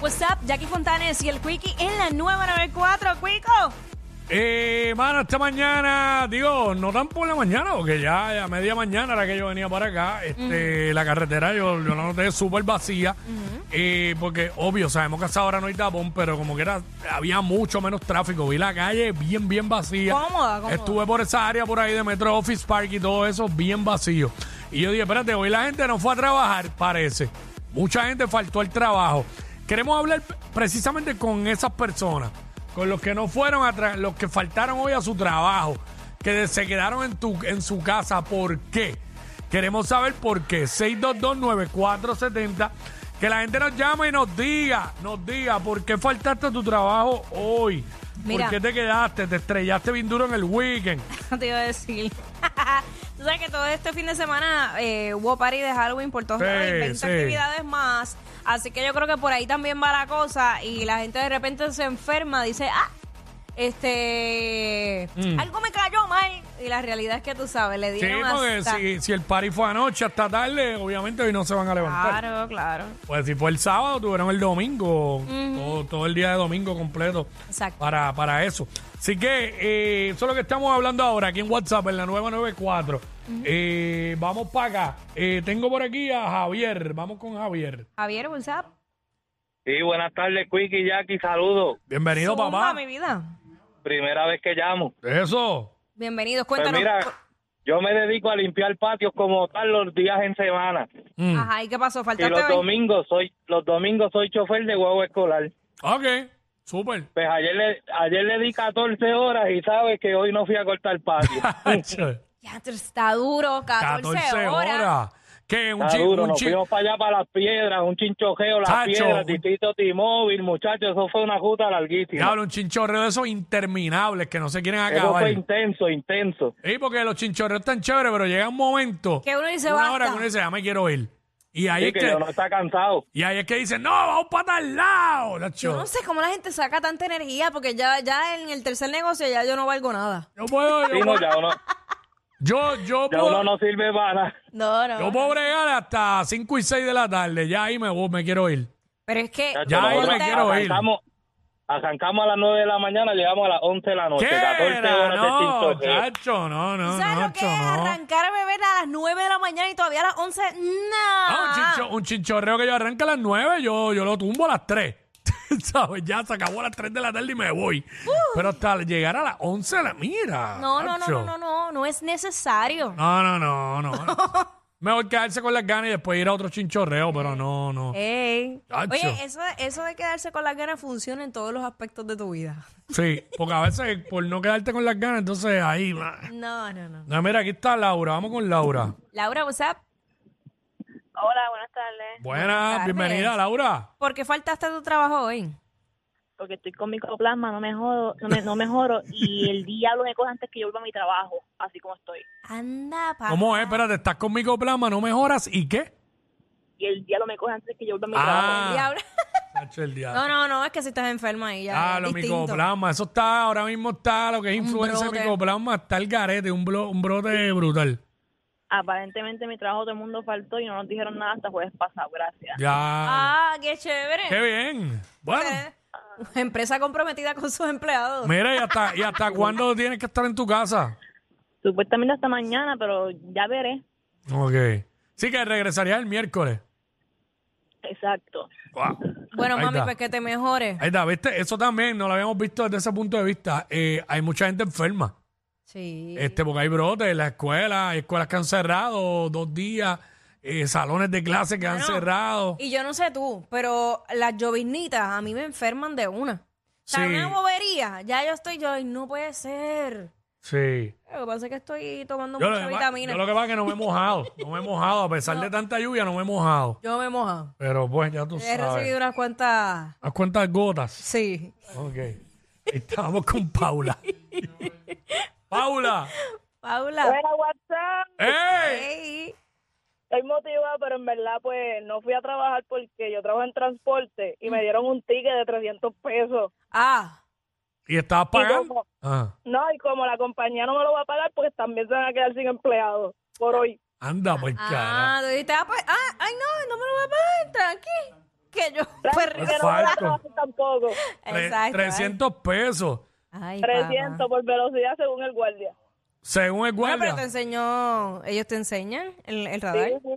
What's up, Jackie Fontanes y el Quickie en la nueva 94, Quico. Eh, mano, esta mañana, digo, no tan por la mañana, porque ya, ya media mañana era que yo venía para acá, este, la carretera yo, yo la noté súper vacía, eh, porque obvio, sabemos que hasta ahora no hay tapón, pero como que era, había mucho menos tráfico, vi la calle bien, bien vacía. Cómoda, cómoda. Estuve por esa área por ahí de Metro Office Park y todo eso, bien vacío. Y yo dije, espérate, hoy la gente no fue a trabajar, parece. Mucha gente faltó al trabajo. Queremos hablar precisamente con esas personas, con los que no fueron a tra- los que faltaron hoy a su trabajo, que de- se quedaron en, tu, en su casa. ¿Por qué? Queremos saber por qué. 6229470. Que la gente nos llame y nos diga, nos diga, ¿por qué faltaste a tu trabajo hoy? Mira. ¿Por qué te quedaste? ¿Te estrellaste bien duro en el weekend? Te iba a decir. Tú sabes que todo este fin de semana eh, hubo party de Halloween por todos Sí, lados y 20 sí. actividades más. Así que yo creo que por ahí también va la cosa y la gente de repente se enferma, dice, ah, este, algo me cayó mal. Y la realidad es que tú sabes, le Mm. Sí, dieron porque hasta... si, si el party fue anoche hasta tarde, obviamente hoy no se van a levantar. Claro, claro. Pues si fue el sábado, tuvieron el domingo, todo, todo el día de domingo completo Exacto. Para, para eso. Así que eh, eso es lo que estamos hablando ahora aquí en WhatsApp, en la 994. Eh, vamos para acá. Eh, tengo por aquí a Javier, vamos con Javier. Javier, what's up? Sí, buenas tardes, Quickie, Jackie, saludos. Bienvenido, Zumba, papá. mi vida. Primera vez que llamo. Eso. Bienvenidos, Pues cuéntanos. mira, yo me dedico a limpiar patios como tal los días en semana. Mm. Ajá, ¿y qué pasó? Y ¿Faltaste los hoy? domingos soy los domingos soy chofer de huevo escolar. Ok, súper. Pues ayer le, ayer le di 14 horas y sabes que hoy no fui a cortar patio. Ya, está duro, 14, 14 horas. horas. Que un Está chi- duro, un nos chi- fuimos para allá para las piedras, un chinchojeo, las Chacho. piedras, distrito T-Mobile, muchachos, eso fue una juta larguísima. Diablo, un chinchorreo de esos interminables que no se quieren Eso acabar. fue intenso, intenso. Sí, porque los chinchorreos están chéveres, pero llega un momento. Que uno dice, una "Basta". hora que uno dice, ya me quiero ir. Y ahí, Así es que, que, yo no está cansado. y ahí es que dicen, no, vamos para tal lado. Yo Nacho. no sé cómo la gente saca tanta energía porque ya, ya en el tercer negocio ya yo no valgo nada. Yo puedo, Sí, yo, no, puedo- ya uno, yo, yo ya puedo- uno no sirve para nada. No, no. yo puedo bregar hasta 5 y 6 de la tarde. Ya ahí me voy, me quiero ir. Pero es que Ya ahí nosotros me ponte- quiero ir. arrancamos, arrancamos a las 9 de la mañana, llegamos a las 11 de la noche. ¿Qué 14 era? horas No, de chinchorreo. chacho, no, no, ¿Sabes no, lo que cho, es no. arrancar a beber a las 9 de la mañana y todavía a las 11? Ah, un, ¡No! chincho- un chinchorreo que yo arranca a las 9, yo, yo lo tumbo a las 3. ¿Sabes? Ya se acabó a las 3 de la tarde y me voy. Pero hasta llegar a las 11, la mira. Uh. No, no, no, chacho. no, no, no, no es necesario. No, no, no, no. no. Mejor quedarse con las ganas y después ir a otro chinchorreo, pero no, no. Ey. Chacho. Oye, eso, eso de quedarse con las ganas funciona en todos los aspectos de tu vida. Sí, porque a veces por no quedarte con las ganas, entonces ahí. ma. No, no, no. No, mira, aquí está Laura, vamos con Laura. Laura, what's up? Hola, buenas tardes. Buenas, tardes. bienvenida, Laura. ¿Por qué faltaste a tu trabajo hoy? Porque estoy con microplasma, no me jodo, no me, no mejoro y el diablo me coge antes que yo vuelva a mi trabajo, así como estoy. Anda, papá. ¿Cómo es? Espérate, estás con micoplasma, no mejoras y qué? Y el diablo me coge antes que yo vuelva a mi trabajo. Ah, Diablo. Nacho, el diablo. No, no, no, es que si estás enferma ahí ya. Ah, es lo distinto. micoplasma, eso está, ahora mismo está lo que es influenza de brote. micoplasma, está el garete, un, blo- un brote brutal. Aparentemente mi trabajo todo el mundo faltó y no nos dijeron nada hasta jueves pasado, gracias. Ya. Ah, qué chévere. Qué bien. Bueno, Eh, Empresa comprometida con sus empleados. mira, ¿y hasta, ¿y hasta cuándo tienes que estar en tu casa? Supuestamente hasta mañana, pero ya veré. Ok. Sí que regresaría el miércoles. Exacto. Guau. Bueno, Ahí mami, está. pues que te mejores. Ahí está, ¿viste? Eso también no lo habíamos visto desde ese punto de vista. Eh, hay mucha gente enferma. Sí. Este, porque hay brotes en la escuela, hay escuelas que han cerrado dos días, eh, salones de clase que han Bueno, cerrado. Y yo no sé tú, pero las lloviznitas a mí me enferman de una. O sea, Sí. una bobería. Ya yo estoy yo, ay, no puede ser. Sí. Lo que pasa es que estoy tomando Yo lo, mucha que pa- vitamina. yo lo que pasa es que no me he mojado. No me he mojado. A pesar de tanta lluvia, no me he mojado. Yo me he mojado. Pero pues ya tú He sabes. recibido unas cuantas. Haz cuántas gotas. Sí. Ok. Estamos con Paula. Paula. Paula. Hola, WhatsApp. ¡Ey! Hey. Estoy motivada, pero en verdad, pues, no fui a trabajar porque yo trabajo en transporte y me dieron un ticket de 300 pesos. Ah. ¿Y estabas Y pagando? como- Ah, no, y como la compañía no me lo va a pagar, pues también se van a quedar sin empleados por hoy. anda, por cara. Ah, tú dijiste, ah, pues, ah, ay, no, no me lo voy a pagar, tranqui. Que yo. Tranqui, que no me la Exacto. trabajan tampoco. Tre- Exacto. ¿eh? 300 pesos. Ay, ay, papá. 300 por velocidad según el guardia. Según el Bueno, pero guardia. te enseñó, ellos te enseñan el, el Sí, radar. sí,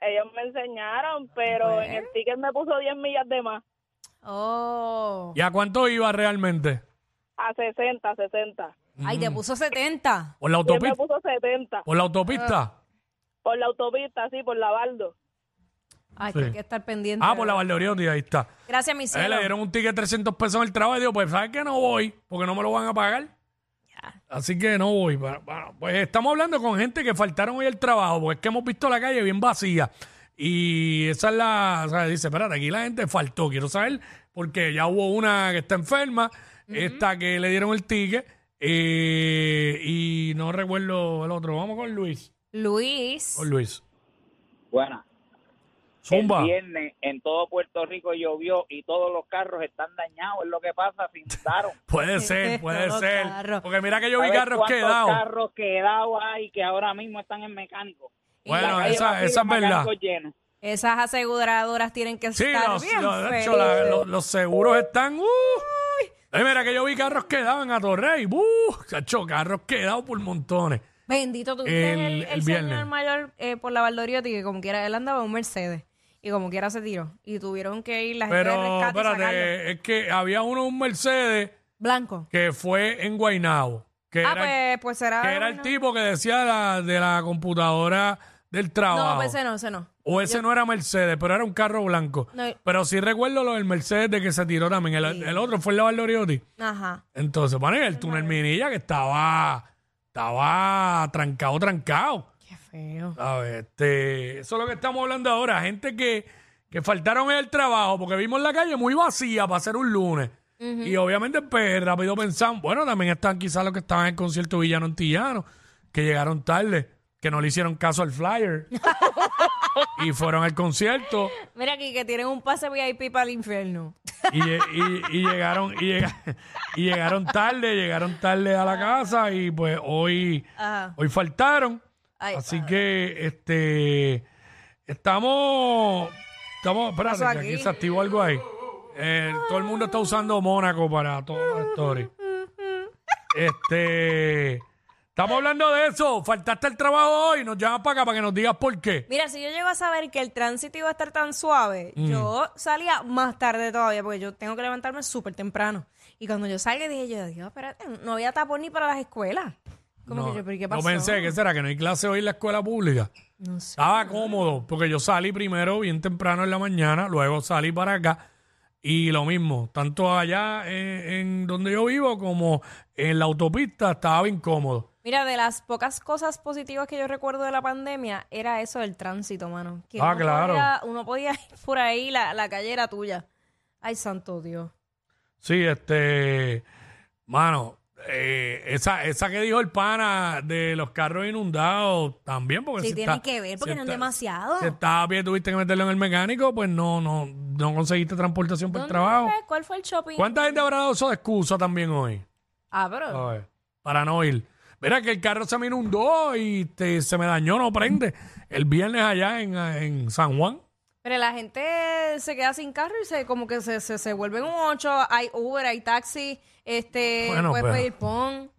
ellos me enseñaron, pero en el ticket me puso 10 millas de más. Oh. ¿Y a cuánto iba realmente? A 60, 60. Ay, Mm. te puso 70. ¿Por la Y él me autopista? puso 70. ¿Por la autopista? Ah. Por la autopista, sí, por la Baldo. Ay, Sí. hay que estar pendiente. Ah, por la ¿verdad? Valdeoriotti, ahí está. Gracias, mi Eh, cielo. le dieron un ticket de 300 pesos en el trabajo y dijo, pues, ¿sabes qué? No voy, porque no me lo van a pagar. Así que no voy. Bueno, bueno, pues estamos hablando con gente que faltaron hoy al trabajo, porque es que hemos visto la calle bien vacía. Y esa es la... O sea, dice, espérate, aquí la gente faltó. Quiero saber, porque ya hubo una que está enferma, esta que le dieron el ticket, eh, y no recuerdo el otro. Vamos con Luis. Luis. Con Luis. Buena. Zumba. El viernes en todo Puerto Rico llovió y todos los carros están dañados. Es lo que pasa, se inundaron. Puede ser, puede Los ser. carros. Porque mira que yo vi ¿Sabes carros cuántos quedados. carros quedados hay que ahora mismo están en mecánico? La Bueno, calle esa, vacía, esa es verdad. mecánicos llenos. Esas aseguradoras tienen que Sí, estar los, bien los- de hecho, felices. la- los- los seguros están. ¡uh! Ay, mira que yo vi carros quedados en Atorrey. ¡Uh! Chacho, carros quedados por montones. Bendito tú viste El- el, el, el viernes. señor mayor eh, por la Valdoriotti, que como quiera, él andaba en un Mercedes. Y como quiera se tiró. Y tuvieron que ir la gente de Pero rescate a sacarlo. espérate, es que había uno, un Mercedes, Blanco. que fue en Guaynabo. Que, Ah, era, pues, pues será. que era el bueno. tipo que decía la- de la computadora del trabajo. No, pues ese no, ese no. O ese no era Mercedes, pero era un carro blanco. No, y- Pero sí recuerdo lo del Mercedes de que se tiró también. El, el otro fue el de Valdoriotti. Ajá. Entonces, bueno, y el túnel Minilla que estaba, estaba trancado, trancado. Qué feo. ¿sabes? Este, eso es lo que estamos hablando ahora. Gente que, que faltaron en el trabajo porque vimos la calle muy vacía para ser un lunes. Y obviamente, pues, rápido pensamos, bueno, también están quizás los que estaban en el concierto Villano Antillano, que llegaron tarde, que no le hicieron caso al flyer. y fueron al concierto Mira aquí que tienen un pase VIP para el infierno. y, lle- y- y llegaron y, llega- y llegaron tarde, llegaron tarde a la casa y pues hoy Ah. Ajá. hoy faltaron. Ay, Así que este estamos estamos espérate, pasó que aquí aquí? se activó algo ahí. Eh, todo el mundo está usando Mónaco para todos los stories. Este estamos hablando de eso, faltaste el trabajo hoy, nos llamas para acá para que nos digas por qué. Mira, si yo llego a saber que el tránsito iba a estar tan suave, Mm. yo salía más tarde todavía, porque yo tengo que levantarme súper temprano. Y cuando yo salí dije yo, Dios, espérate, no había tapón ni para las escuelas. Como No, que yo, pero ¿y ¿qué no pasó? pensé, ¿qué será? ¿Que no hay clase hoy en la escuela pública? No sé. Estaba cómodo, porque yo salí primero bien temprano en la mañana, luego salí para acá y lo mismo, tanto allá en, en donde yo vivo como en la autopista estaba bien cómodo. Mira, de las pocas cosas positivas que yo recuerdo de la pandemia era eso del tránsito, mano. Que Ah, uno claro. Podía, uno podía ir por ahí, la, la calle era tuya. Ay, santo Dios. Sí, este, mano, eh, esa, esa que dijo el pana de los carros inundados también, porque Sí, Pues si tienen está- que ver, porque si no es está- demasiado. Si estaba bien, tuviste que meterlo en el mecánico, pues no, no, no conseguiste transportación por el ¿Dónde trabajo. fue? ¿Cuál fue el shopping? ¿Cuánta gente habrá dado eso de excusa también hoy? Ah, pero... A ver, para no ir. Mira que el carro se me inundó y te- se me dañó, no prende. El viernes allá en, en San Juan. Pero la gente se queda sin carro y se como que se, se, se vuelven un ocho. Hay Uber, hay taxi, este, Bueno, puedes pero- pedir pon.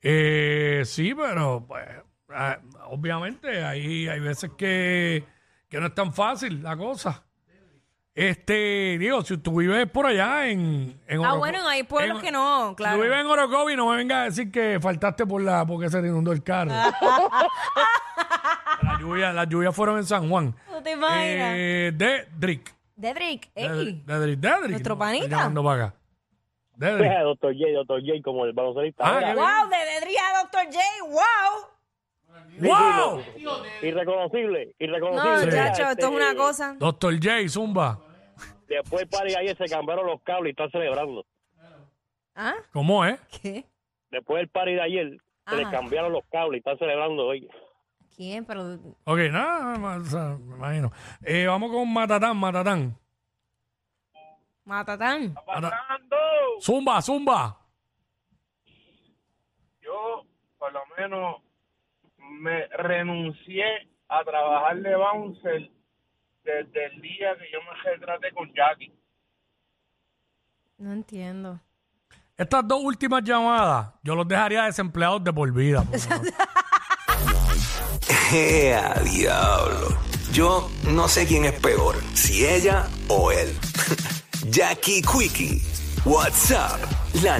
Eh, sí, pero pues, ah, obviamente hay, hay veces que, que no es tan fácil la cosa. Este, digo, si tú vives por allá en, en Ah, Oroco- bueno, hay pueblos en- eh, que no, Si tú claro. vives en Orocovi, no me vengas a decir que faltaste por la porque se te inundó el carro. las lluvias las lluvias fueron en San Juan. ¿Tú te imaginas? Eh, Dedrick. Dedrick, ey. Dedrick, Dedrick. Nuestro no, estoy panita. llamando para acá. Dedri. Doctor J, Doctor J, como el baloncelista. Ah, Mira, qué ¡Wow! De Dedri a Dr. J, ¡wow! ¡Wow! irreconocible, No, irreconocible. Mira, muchachos, esto este, es una cosa. Doctor J, Zumba. Después Pari ayer se cambiaron los cables y están celebrando. ¿Ah? ¿Cómo es? ¿Qué? Después del party de ayer se le Ajá. cambiaron los cables y están celebrando hoy. ¿Quién? Pero. Ok, nada, ma- o sea, me imagino. Eh, vamos con Matatán, Matatán. Matatán. Mata- Zumba, Zumba. Yo, por lo menos, me renuncié a trabajar de bouncer desde el día que yo me retraté con Jackie. No entiendo. Estas dos últimas llamadas, yo los dejaría desempleados de por vida. por favor. ¡Ea, diablo! Yo no sé quién es peor, si ella o él. Jackie Quickie, WhatsApp, la